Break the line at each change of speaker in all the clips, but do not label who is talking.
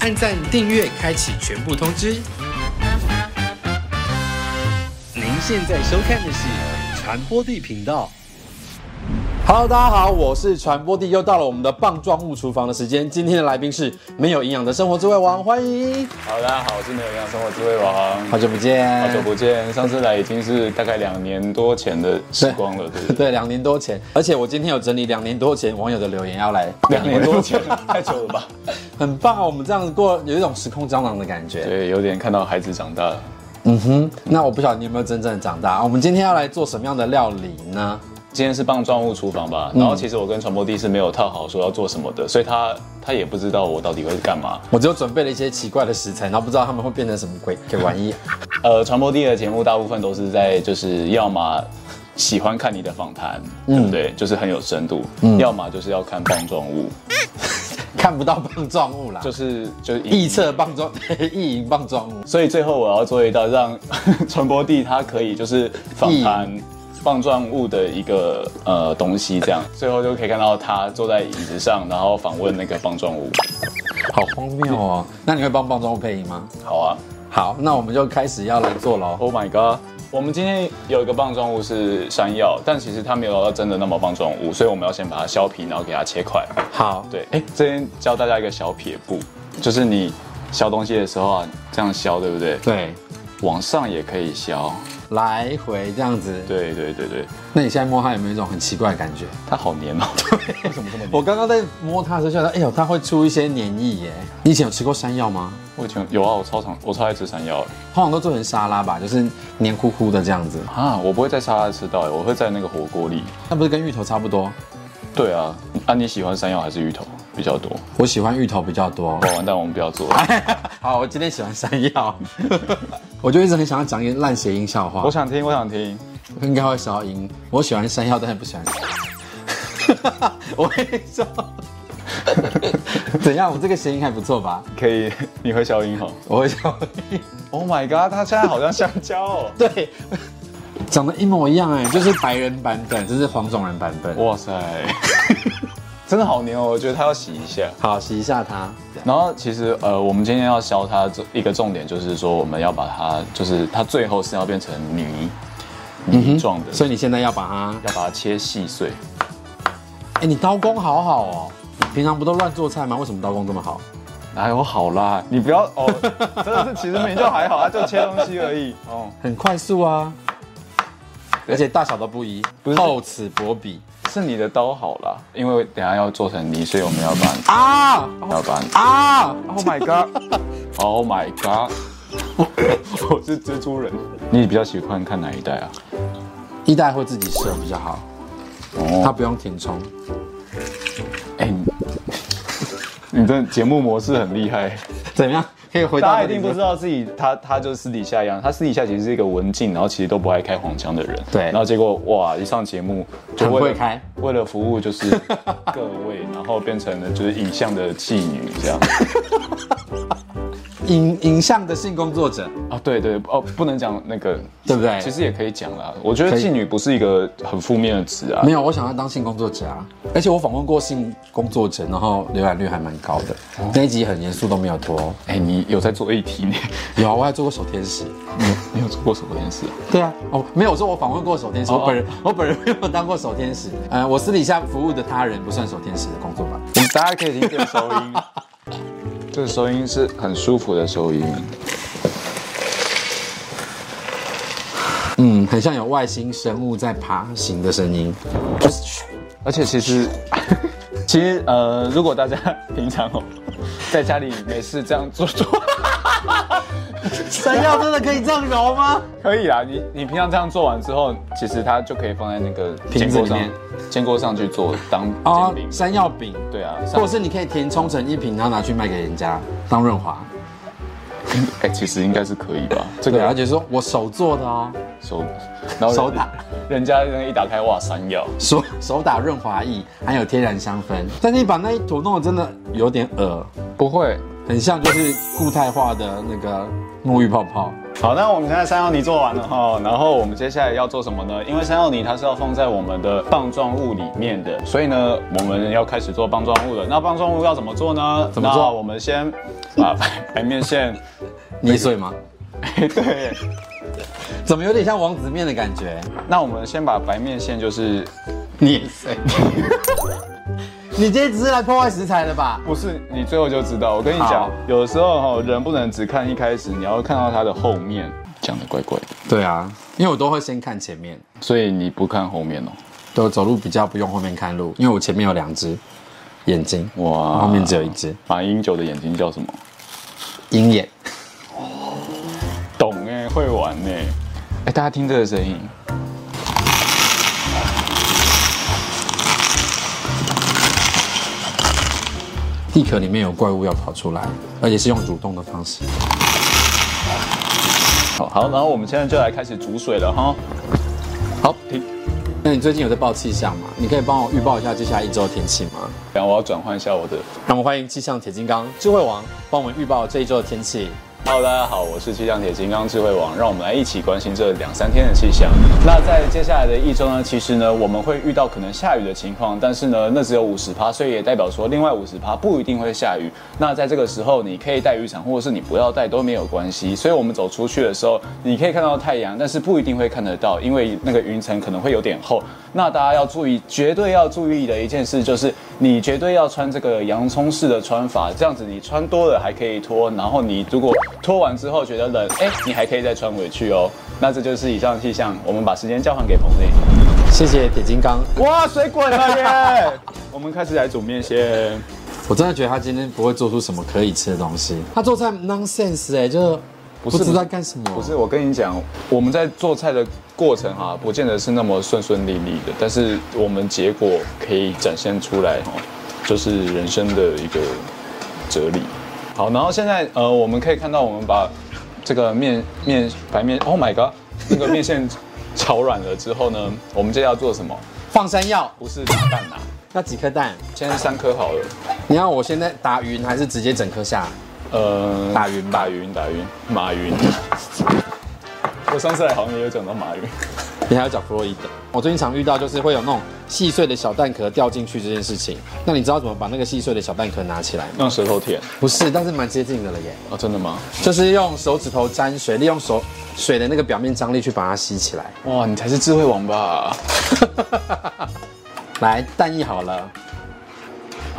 按赞、订阅、开启全部通知。您现在收看的是传播地频道。Hello，大家好，我是传播地，又到了我们的棒状物厨房的时间。今天的来宾是没有营养的生活智慧王，欢迎，
好，大家好，我是没有营养生活智慧王，
好久不见，
好久不见，上次来已经是大概两年多前的时光 了，对不对？
对，两年多前，而且我今天有整理两年多前网友的留言，要来
两年多 前，太久了吧？
很棒哦，我们这样子过，有一种时空胶囊的感觉。
对，有点看到孩子长大了。
嗯哼，那我不晓得你有没有真正的长大。我们今天要来做什么样的料理呢？
今天是棒状物厨房吧，然后其实我跟传播弟是没有套好说要做什么的，所以他他也不知道我到底会干嘛。
我只有准备了一些奇怪的食材，然后不知道他们会变成什么鬼鬼玩意。
呃，传播弟的节目大部分都是在就是要么喜欢看你的访谈，对不对？就是很有深度，要么就是要看棒状物，
看不到棒状物啦，
就是就是
臆测棒状、 意淫棒状物。
所以最后我要做一道让 传播地他可以就是访谈棒状物的一个呃东西，这样最后就可以看到他坐在椅子上，然后访问那个棒状物。
好荒谬哦！ 那你会帮棒状物配音吗？
好啊
好，那我们就开始要来做喽。
，Oh my god！我们今天有一个棒状物是山药，但其实它没有到真的那么棒状物，所以我们要先把它削皮，然后给它切块。
好，
对，哎，这边教大家一个小撇步，就是你削东西的时候啊，这样削对不对？
对，
往上也可以削。
来回这样子。
对对对对，
那你现在摸它有没有一种很奇怪的感觉？
它好黏哦。为什么这么黏？
我刚刚在摸它的时候，想到，哎呦，它会出一些黏液耶。你以前有吃过山药吗？
我以前有啊，我超常我超爱吃山药的
通常都做成沙拉吧，就是黏糊糊的这样子。
啊，我不会在沙拉吃到欸，我会在那个火锅里。
那不是跟芋头差不多？
对啊，啊你喜欢山药还是芋头比较多？
我喜欢芋头比较多。
哇，完蛋，我们不要做
哎
了。
好，我今天喜欢山药， 我就一直很想要讲一个烂谐音笑话
我，想听，我想听。
应该会消音。我喜欢山药，但是不喜欢。 我会笑。怎样？我这个谐音还不错吧？
可以， 你会消音哦。
我会笑。。
Oh my god，它现在好像香蕉哦
对，长得一模一样哎，就是白人版本，这是黄种人版本。
哇塞， 真的好黏哦，我觉得它要洗一下。
好，洗一下它。
然后其实呃，我们今天要削它这一个重点就是说，我们要把它，就是它最后是要变成泥泥状的，
嗯所以你现在要把它，
要把它切细碎。
哎、你刀工好好哦。你平常不都乱做菜吗？为什么刀工这么好？
哪有哎好啦？你不要哦， 真的是其实明明就还好，它啊就切东西而已。哦，
很快速啊，而且大小都不一
不，是
厚此薄彼
是你的刀好啦，因为等一下要做成泥，所以我们要把
啊
要把。
啊！
Oh my god！Oh my god！我是蜘蛛人。你比较喜欢看哪一代啊？
一代会自己射比较好，它
哦，
不用填充。
哎，你 你的节目模式很厉害，
怎么样？可以回答
大
我
家
的
一定
疑
不
问
知道自己他他就是私底下一样，他私底下其实是一个文静，然后其实都不爱开黄腔的人。
对
然后结果哇，一上节目就为了
很会开，
为了服务就是各位， 然后变成了就是影像的妓女这样。
影影像的性工作者，
啊，对对哦，不能讲那个，
对不对
其实也可以讲啦，我觉得
可以
妓女不是一个很负面的词啊
没。有，我想要当性工作者啊！而且我访问过性工作者，然后浏览率还蛮高的。那一集很严肃都没有拖哦，
哎，你有在做议题呢？
有啊，我还做过手天使。
你你有做过什么件事啊？
对啊，哦，没有，我说我访问过守天使，
哦
我本人我本人没有当过守天使，呃，我私底下服务的他人不算守天使的工作吧？
你嗯大家可以听这个收音， 这个收音是很舒服的收音。
嗯，很像有外星生物在爬行的声音。
而且其实，其实呃，如果大家平常哦，在家里没事这样做做，
山药真的可以这样揉吗？
可以啦。你你平常这样做完之后，其实它就可以放在那个
瓶
煎
子
锅
里
上
面，
煎锅上去做当
哦
煎饼，。
山药饼，
对啊，
或者是你可以填充成一瓶，然后拿去卖给人家当润滑。
哎、其实应该是可以吧？这
对，而
个
且说我手做的哦，
手，然后
手打，
人家那个一打开，哇，山药，
手手打润滑液，含有天然香氛。但你把那一坨弄得真的有点恶
不会，
很像就是固态化的那个沐浴泡泡。
好，那我们现在山药泥做完了哈，然后我们接下来要做什么呢？因为山药泥它是要放在我们的棒状物里面的，所以呢，我们要开始做棒状物了。那棒状物要怎么做呢？
怎么做
那我们先把白白面线，
泥水吗？
哎对，
怎么有点像王子面的感觉？
那我们先把白面线就是
泥水。 你今天只是来破坏食材的吧？
不是你最后就知道。我跟你讲
好，
有的时候哈、人不能只看一开始，你要看到它的后面。讲的怪怪的，
对啊，因为我都会先看前面，
所以你不看后面哦。
对我走路比较不用后面看路，因为我前面有两只眼睛，
哇
后面只有一只
马英九的眼睛叫什么？
鹰眼。
懂哎、会玩哎、哎、大家听这个声音，
地壳里面有怪物要跑出来，而且是用蠕动的方式。
好哦好，然后我们现在就来开始煮水了哈。
好，
停，
那你最近有在报气象吗？你可以帮我预报一下接下来一周的天气吗？
然后我要转换一下我的。
让我们欢迎气象铁金刚智慧王帮我们预报这一周的天气。
Hello，大家好，我是气象铁金刚智慧王，让我们来一起关心这两三天的气象。那在接下来的一周呢，其实呢我们会遇到可能下雨的情况，但是呢那只有五十趴，所以也代表说另外五十趴不一定会下雨。那在这个时候，你可以带雨伞，或者是你不要带都没有关系。所以我们走出去的时候，你可以看到太阳，但是不一定会看得到，因为那个云层可能会有点厚。那大家要注意，绝对要注意的一件事就是，你绝对要穿这个洋葱式的穿法，这样子你穿多了还可以脱，然后你如果脱完之后觉得冷，哎、你还可以再穿回去哦。那这就是以上的气象，我们把时间交还给彭磊。
谢谢铁金刚，
哇，水滚了 耶！我们开始来煮面先。
我真的觉得他今天不会做出什么可以吃的东西，他做菜 nonsense 哎、就不
是
知道干什么。
不是，我跟你讲，我们在做菜的过程哈、不见得是那么顺顺利利的，但是我们结果可以展现出来哦，就是人生的一个哲理。好，然后现在呃，我们可以看到，我们把这个面面白面，Oh my god，那个面线 炒软了之后呢，我们接下来要做什么？
放山药，
不是打蛋啊，
要几颗蛋？
现在三颗好了，
你要我现在打匀还是直接整颗下？
呃，
打匀吧
打匀，打匀，马云。 我上次来好像也有讲到马云。
你还要找弗洛伊德。我最近常遇到就是会有那种细碎的小蛋壳掉进去这件事情。那你知道怎么把那个细碎的小蛋壳拿起来吗？
用舌头舔
不是，但是蛮接近的了耶。
哦，真的吗？
就是用手指头沾水，利用手水的那个表面张力去把它吸起来。
哇，你才是智慧王吧？
来，蛋液好了，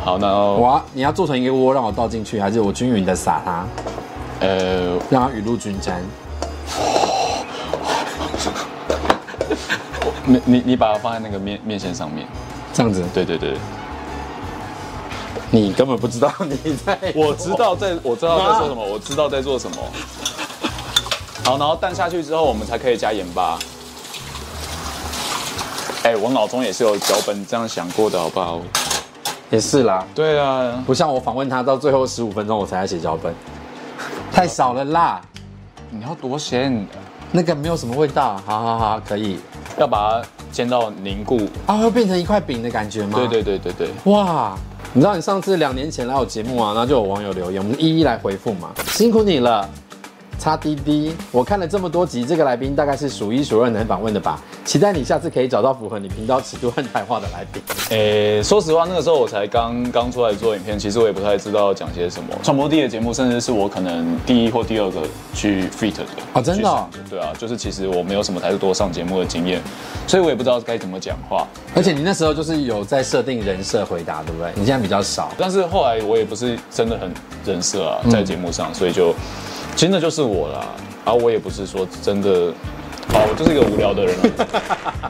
好，那哦我
我要你要做成一个窝让我倒进去，还是我均匀的撒它，
呃，
让它雨露均沾？
你你你把它放在那个面面线上面。
这样子，
对对对，
你根本不知道你 在。
我知道在我知道在做什么，我知道在做什么。好，然后蛋下去之后，我们才可以加盐巴。哎、我脑中也是有脚本这样想过的，好不好？
也是啦，
对啊，
不像我访问他到最后十五分钟我才在写脚本，太少了啦，
你要多咸，
那个没有什么味道。好好好，可以。
要把它煎到凝固。
啊，会变成一块饼的感觉吗？
对对对对对，
哇，你知道你上次两年前来我节目啊，然后就有网友留言，我们一一来回复嘛。辛苦你了，擦滴滴。我看了这么多集，这个来宾大概是数一数二难访问的吧。期待你下次可以找到符合你频道尺度和谈话的来宾。
诶、说实话，那个时候我才刚刚出来做影片，其实我也不太知道讲些什么。传播地的节目，甚至是我可能第一或第二个去 fit 的。
哦真的哦
去上对啊，就是其实我没有什么太多上节目的经验，所以我也不知道该怎么讲话。
而且你那时候就是有在设定人设回答，对不对？你现在比较少。
但是后来我也不是真的很人设啊，
嗯
在节目上，所以就其实那就是我啦。然后我也不是说真的，啊，我就是一个无聊的人、啊。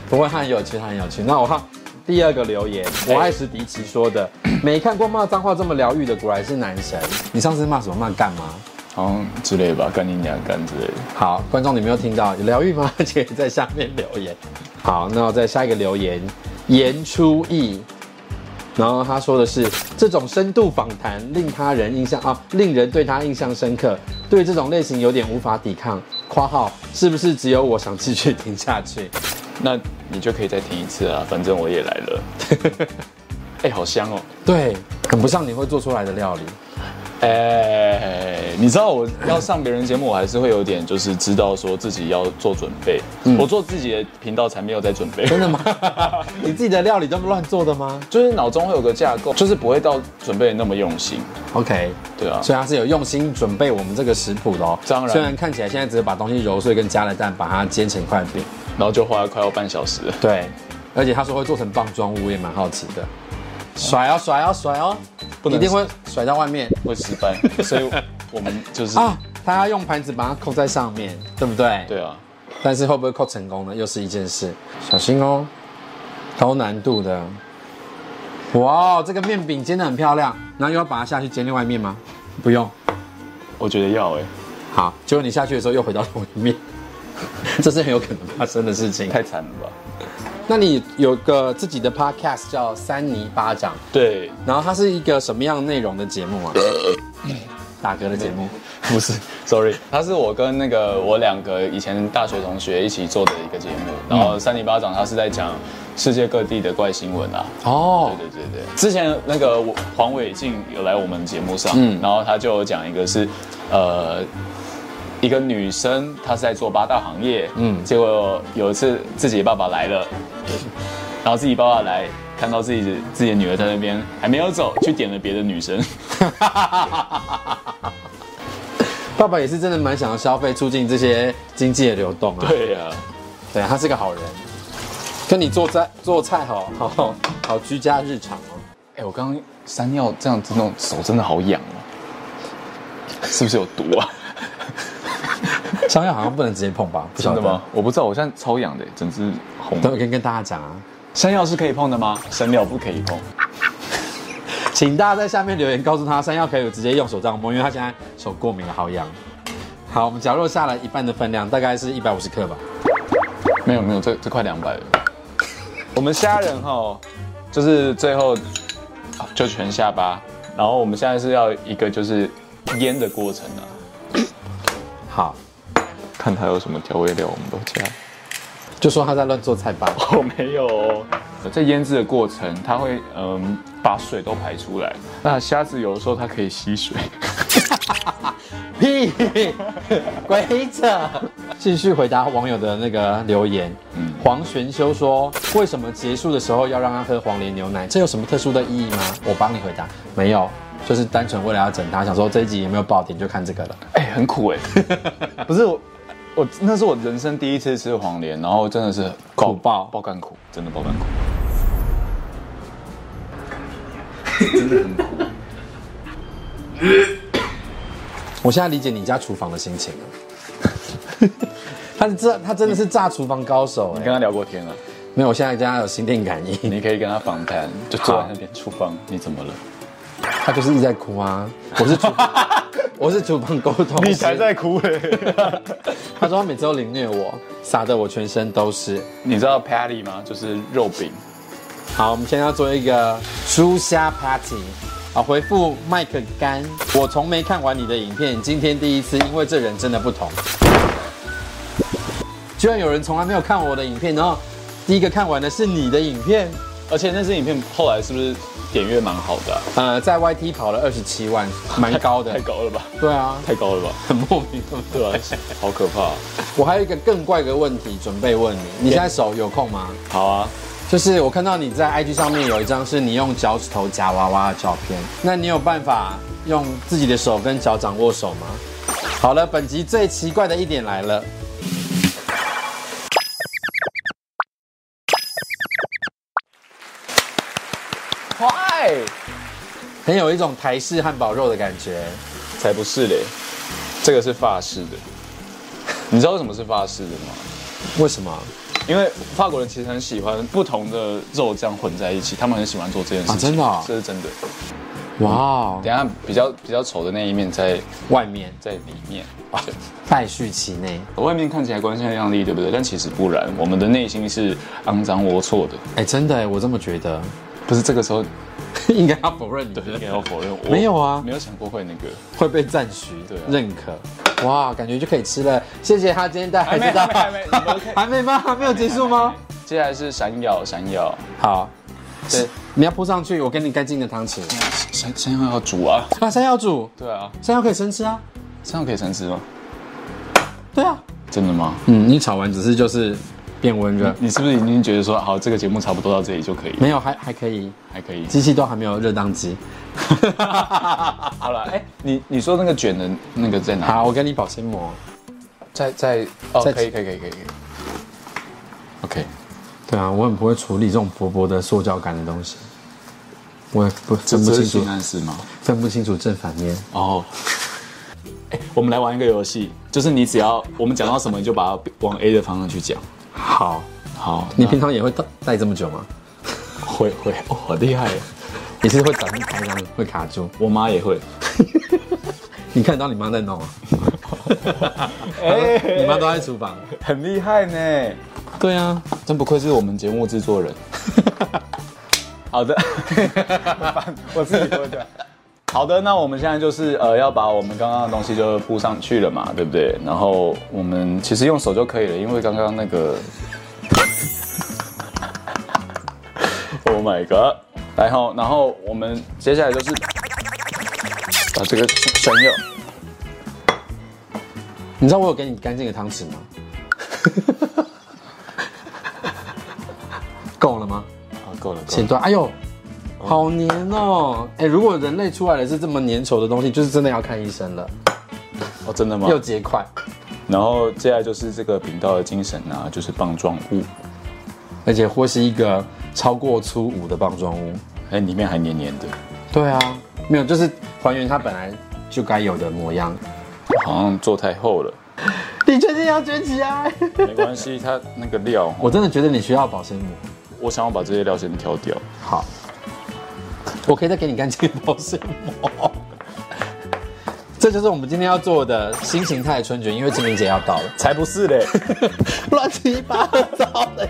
不会，他很有趣，他很有趣。那我看第二个留言，我爱史迪奇说的，没看过骂脏话这么疗愈的，果然是男神。你上次骂什么骂干嘛？
好像之类吧，干你娘干之类的。
好，观众你没有听到有疗愈吗？ 可以在下面留言。好，那我再下一个留言，言出意。然后他说的是这种深度访谈令他人印象啊，令人对他印象深刻，对这种类型有点无法抵抗。（括号是不是只有我想继续听下去
那你就可以再听一次啊，反正我也来 了。哎、好香哦！？）
对，很不像你会做出来的料理。
哎，你知道我要上别人节目，我还是会有点就是知道说自己要做准备。我做自己的频道才没有在准备，
真的 吗？你自己的料理都乱做的吗
就是脑中会有个架构，就是不会到准备那么用心。
？OK，
对啊，
所以他是有用心准备我们这个食谱的哦。
当然
虽然看起来现在只是把东西揉碎跟加了蛋，把它煎成块饼。
然后就花了快要半小时 了。
对，而且他说会做成棒状物，我也蛮好奇的。甩哦甩哦甩哦，
不能
一定会甩到外面
会失败，所以我们就是、
啊！他要用盘子把它扣在上面，对不对？。
对啊，
但是会不会扣成功呢？又是一件事，小心哦，高难度的。哇，这个面饼煎得很漂亮，然后又要把它下去煎另外一面吗？不用，
我觉得要哎、
好，结果你下去的时候又回到同一面， 这是很有可能发生的事情。
太惨了吧？
那你有个自己的 podcast 叫《三尼巴掌》，
对，
然后它是一个什么样内容的节目啊？打嗝的节目，
不是，sorry，它是我跟那个我两个以前大学同学一起做的一个节目，然后三里巴掌它是在讲世界各地的怪新闻啊。
哦
对，对对对，之前那个我黄伟晋有来我们节目上，
嗯
然后他就有讲一个是，呃，一个女生她是在做八大行业，
嗯
嗯，结果有一次自己爸爸来了，然后自己爸爸来看到自己自己的女儿在那边还没有走，去点了别的女生，
爸爸也是真的蛮想要消费，促进这些经济的流动啊。
对呀、
对，他是个好人，跟你做菜做菜好
哦
好好居家日常哦。
哎、我刚刚山药这样子弄，手真的好痒哦，是不是有毒啊？
香药好像不能直接碰吧？不晓得
真的吗？？我不知道，我现在超痒的，整只红。
等我跟跟大家讲啊，
山药是可以碰的吗？山药不可以碰。
请大家在下面留言告诉他，山药可以直接用手这样摸，因为他现在手过敏了，好痒。好，我们绞肉下来一半的分量，大概是一百五十克吧。
没有没有，这这快两百了。我们虾仁哈，就是最后啊就全下巴，然后我们现在是要一个就是腌的过程啊，
好，
看它有什么调味料，我们都加。
就说他在乱做菜吧。
我没有、哦。 在腌制的过程，它会嗯把水都排出来。那虾子有的时候它可以吸水。
屁，鬼扯！继续回答网友的那个留言。
嗯
黄玄修说：“为什么结束的时候要让他喝黄连牛奶？这有什么特殊的意义吗？”我帮你回答，没有，就是单纯为了要整他，想说这一集有没有爆点就看这个了。
哎、很苦哎、 不是我，我那是我人生第一次吃黄连，然后真的是
苦爆
爆干苦，真的爆干苦，真的很苦。
我现在理解你家厨房的心情了。他是这，他真的是炸厨房高手哎、
你跟他聊过天了，
没有，我现在跟他有心电感应，
你可以跟他访谈，就坐在那边厨房，你怎么了？
他就是一直在哭啊。我是厨， 我是厨房沟通师，
哭哎 嘞、
他说他每次都凌虐我，撒得我全身都是。
你知道 patty 吗？就是肉饼。
好，我们现在要做一个猪虾 party。好，回复麦克干，我从没看完你的影片，今天第一次，因为这人真的不同。居然有人从来没有看我的影片，然后第一个看完的是你的影片。
而且那支影片后来是不是点阅蛮好的啊、
呃，在 YT 跑了二十七万，蛮高 的
太。高了吧？
对啊，
太高了吧？
很莫名的。
对 啊，好可怕啊、
我还有一个更怪的问题准备问你，你现在手有空吗？
好啊，
就是我看到你在 IG 上面有一张是你用脚趾头夹娃娃的照片，那你有办法用自己的手跟脚掌握手吗？好了，本集最奇怪的一点来了。
快！
很有一种台式汉堡肉的感觉，
才不是嘞，这个是法式的。你知道为什么是法式的吗？
为什么
因为法国人其实很喜欢不同的肉这样混在一起，他们很喜欢做这件事情。
啊真的哦
这是真的。
哇哦，
等一下比较比较丑的那一面在
外面
在里面，
啊败絮其内。
外面看起来光鲜亮丽，对不对？但其实不然，我们的内心是肮脏龌龊的。
哎，真的哎，我这么觉得，
不是这个时候，
应该要否认你，
对，应该要否认我
没有啊
没有想过会那个。
会被赞许、
对啊
认可。哇，感觉就可以吃了。谢谢他今天带孩子到，
还 没还没还没你们 OK
还没吗？还没有结束吗？
接下来是闪耀闪耀，
好，对，你要扑上去，我给你干净的汤匙。
山山药要煮啊？
啊，山药煮，
对啊，
山药可以生吃啊。
山药可以生吃吗？
对啊，
真的吗？
嗯，你炒完只是就是变温热，
你是不是已经觉得说，好，这个节目差不多到这里就可以，
没有还还可以，
还可以？
机器都还没有热当机。
好了，哎、你你说那个卷的那个在哪？
好，我给你保鲜膜。
在在哦，
在
可以可以可以可以。可以 OK，
对啊，我很不会处理这种薄薄的塑胶感的东西，我也不
这
分不
不是
清
避
楚，
难室吗？
分不清楚正反面。
哦，哎、我们来玩一个游戏，就是你只要我们讲到什么，你就把它往 A 的方向去讲。
好，
好，
你
那
平常也会带带这么久吗？
会会哦，好厉害耶！
你是会长一排，然后会卡住？
我妈也会，
你看得到你妈在弄啊？ 你妈都在厨房。
哎很厉害呢。
对啊，
真不愧是我们节目制作人。 好的， 我自己说的。好的，那我们现在就是呃，要把我们刚刚的东西就铺上去了嘛，对不对？然后我们其实用手就可以了，因为刚刚那个 ，Oh my god！然后，然后我们接下来就是把这个哦山药，
你知道我有给你干净的汤匙吗？ 够了吗？
啊，够了，够
前
了，
段，哎呦，好黏哦！哎，如果人类出来的是这么粘稠的东西，就是真的要看医生了，
哦，真的吗？
又结块，
然后接下来就是这个频道的精神啊，就是棒状物，
而且或是一个超过粗五的棒状物。
哎，里面还黏黏的，
对啊，没有，就是还原它本来就该有的模样。
好像做太 厚了。
你确定要卷起来？
没关系，它那个料，
我
我
真的觉得你需要保鲜膜。
我想要把这些料先挑掉。
好，我可以再给你干净的保鲜膜。这就是我们今天要做的新形态的春卷，因为清明节要到了，
才不是嘞！
乱七八糟的。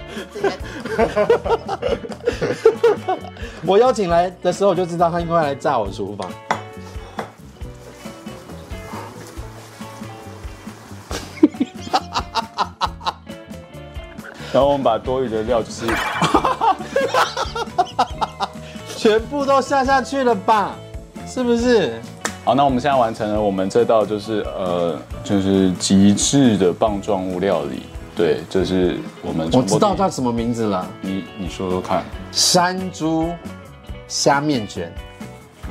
我邀请来的时候就知道他应该来炸我厨房。
然后我们把多余的料就是
全部都下下去了吧？是不是？
好，那我们现在完成了我们这道就是呃就是极致的棒状物料理。对，这、是我们
我知道
它，
叫什么名字了，
你你说说看，
山猪虾面卷。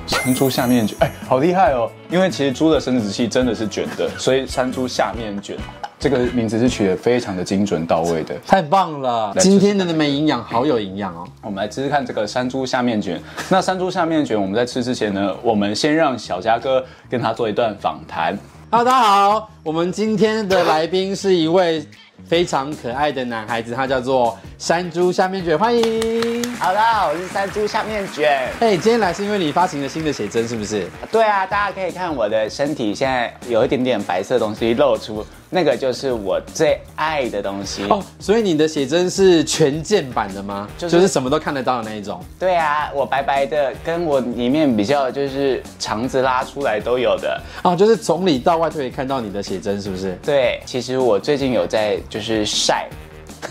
山猪下面卷，哎、好厉害哦！因为其实猪的生殖器真的是卷的，所以山猪下面卷这个名字是取得非常的精准到位的。
太棒了！
来
今天的没营养，好有营养哦。
我们来吃吃看这个山猪下面卷。那山猪下面卷，我们在吃之前呢，我们先让小嘉哥跟他做一段访谈。
哈，大家好，我们今天的来宾是一位非常可爱的男孩子，他叫做山猪下面卷，欢迎。
好啦，我是山猪下面卷。
哎、今天来是因为你发行了新的写真，是不是？
对啊，大家可以看我的身体现在有一点点白色的东西露出，那个就是我最爱的东西。
哦，所以你的写真是全键版的吗？就、
就是是
什么都看得到的那一种。
对啊，我白白的，跟我里面比较就是肠子拉出来都有的。
哦，就是从里到外都可以看到你的写真，是不是？
对，其实我最近有在就是晒，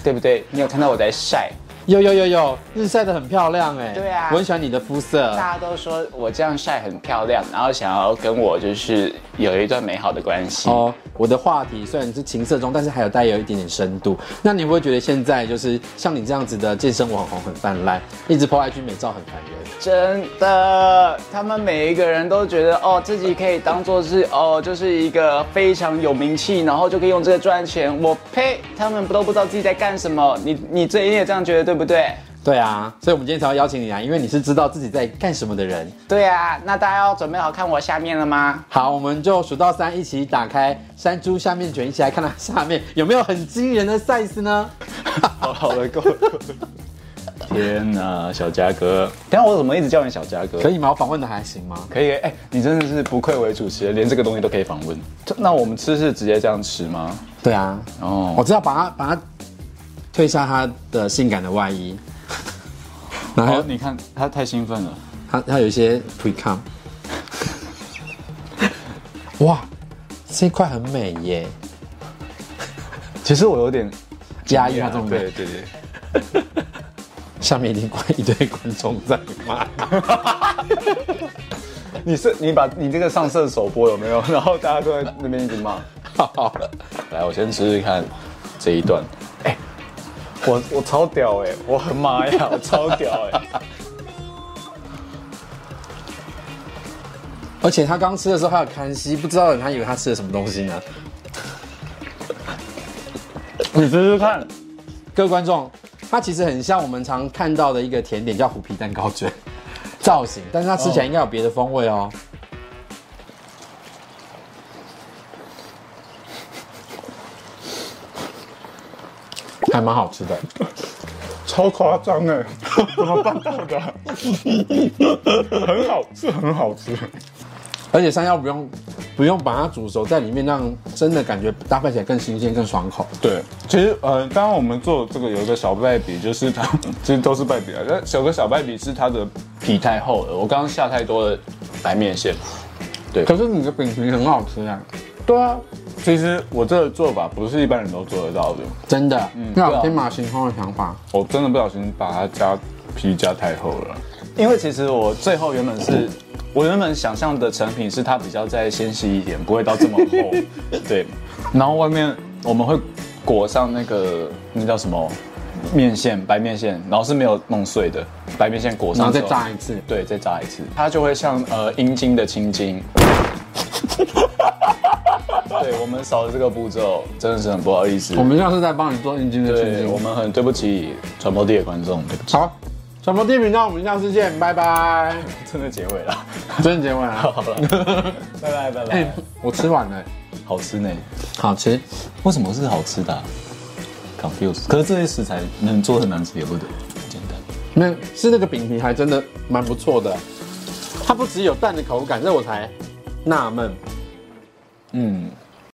对不对？你有看到我在晒？
有有有有，日晒得很漂亮哎。
对啊
我很喜欢你的肤色。
大家都说我这样晒很漂亮，然后想要跟我就是有一段美好的关系。
哦，我的话题虽然是情色中，但是还有带有一点点深度。那你会不会觉得现在就是像你这样子的健身网红很泛滥，一直 po IG 美照很烦人？
真的，他们每一个人都觉得哦，自己可以当做是哦，就是一个非常有名气，然后就可以用这个赚钱。我呸，他们都不知道自己在干什么。你你这你也这样觉得对不对？
对啊，所以我们今天才会邀请你啊来，因为你是知道自己在干什么的人。
对啊，那大家要准备好看我下面了吗？
好，我们就数到三，一起打开山猪下面卷，一起来看它下面有没有很惊人的 size 呢？
好 好了，够了。够了天哪，小嘉哥，等一下我怎么一直叫你小嘉哥？
可
以，
以吗？我访问的还行吗？
可以。哎、你真的是不愧为主持人，连这个东西都可以访问。这那我们吃是直接这样吃吗？
对啊，
哦
我知道把它把它褪下它的性感的外衣，然
好，
后
你看他太兴奋了。
它它有一些 pre com。哇，这一块很美耶！
其实我有点
啊压抑它这么美
对，对对。
下面一定观一堆观众在骂。
你是你把你这个上色首播 有没有？然后大家都在那边一直骂。
好
来，我先试试看这一段。哎、我我超屌哎、我很妈呀，我超屌哎、
而且他刚吃的时候还有看戏，不知道他以为他吃了什么东西呢。
你试试看，
各位观众，它其实很像我们常看到的一个甜点，叫虎皮蛋糕 卷造型，但是它吃起来应该有别的风味哦。还蛮好吃的，
超夸张哎， 怎么办到 的、很好，是很好吃。
而且山药不用不用把它煮熟，在里面让真的感觉搭配起来更新鲜、更爽口。
对，其实呃，当然我们做这个有一个小败笔，就是它 其实都是败笔啊。但有个小败笔是它的皮太厚了，我刚刚下太多的白面线。
可是你的饼皮很好吃啊，
对啊，其实我这个做法不是一般人都做得到的，
真的，那
对
有
啊
天马行空的想法。
我真的不小心把它加皮加太厚了。因为其实我最后原本是，我原本想象的成品是它比较再纤细一点，不会到这么厚。 对，然后外面我们会裹上那个那叫什么面线，白面线，然后是没有弄碎的，白面线裹上，
然后再炸一次
对，再炸一次，它就会像呃阴茎的 青筋。对我们少了这个步骤，真的是很不好意思。
我们像是在帮你做阴茎的情
对
境。
我们很对不起传播地的观众，对不起，
好，传播地频道，我们下次见，拜拜。
真的结尾了，
真的结尾了，
好了，拜拜拜
哎
拜，
我吃完了，
好吃呢？
好吃。
为什么是好吃的、啊、？Confuse，可是这些食材能做的难吃也不得简单。
没有，是那个饼皮还真的蛮不错的，它不只有蛋的口感，这我才纳闷。
嗯，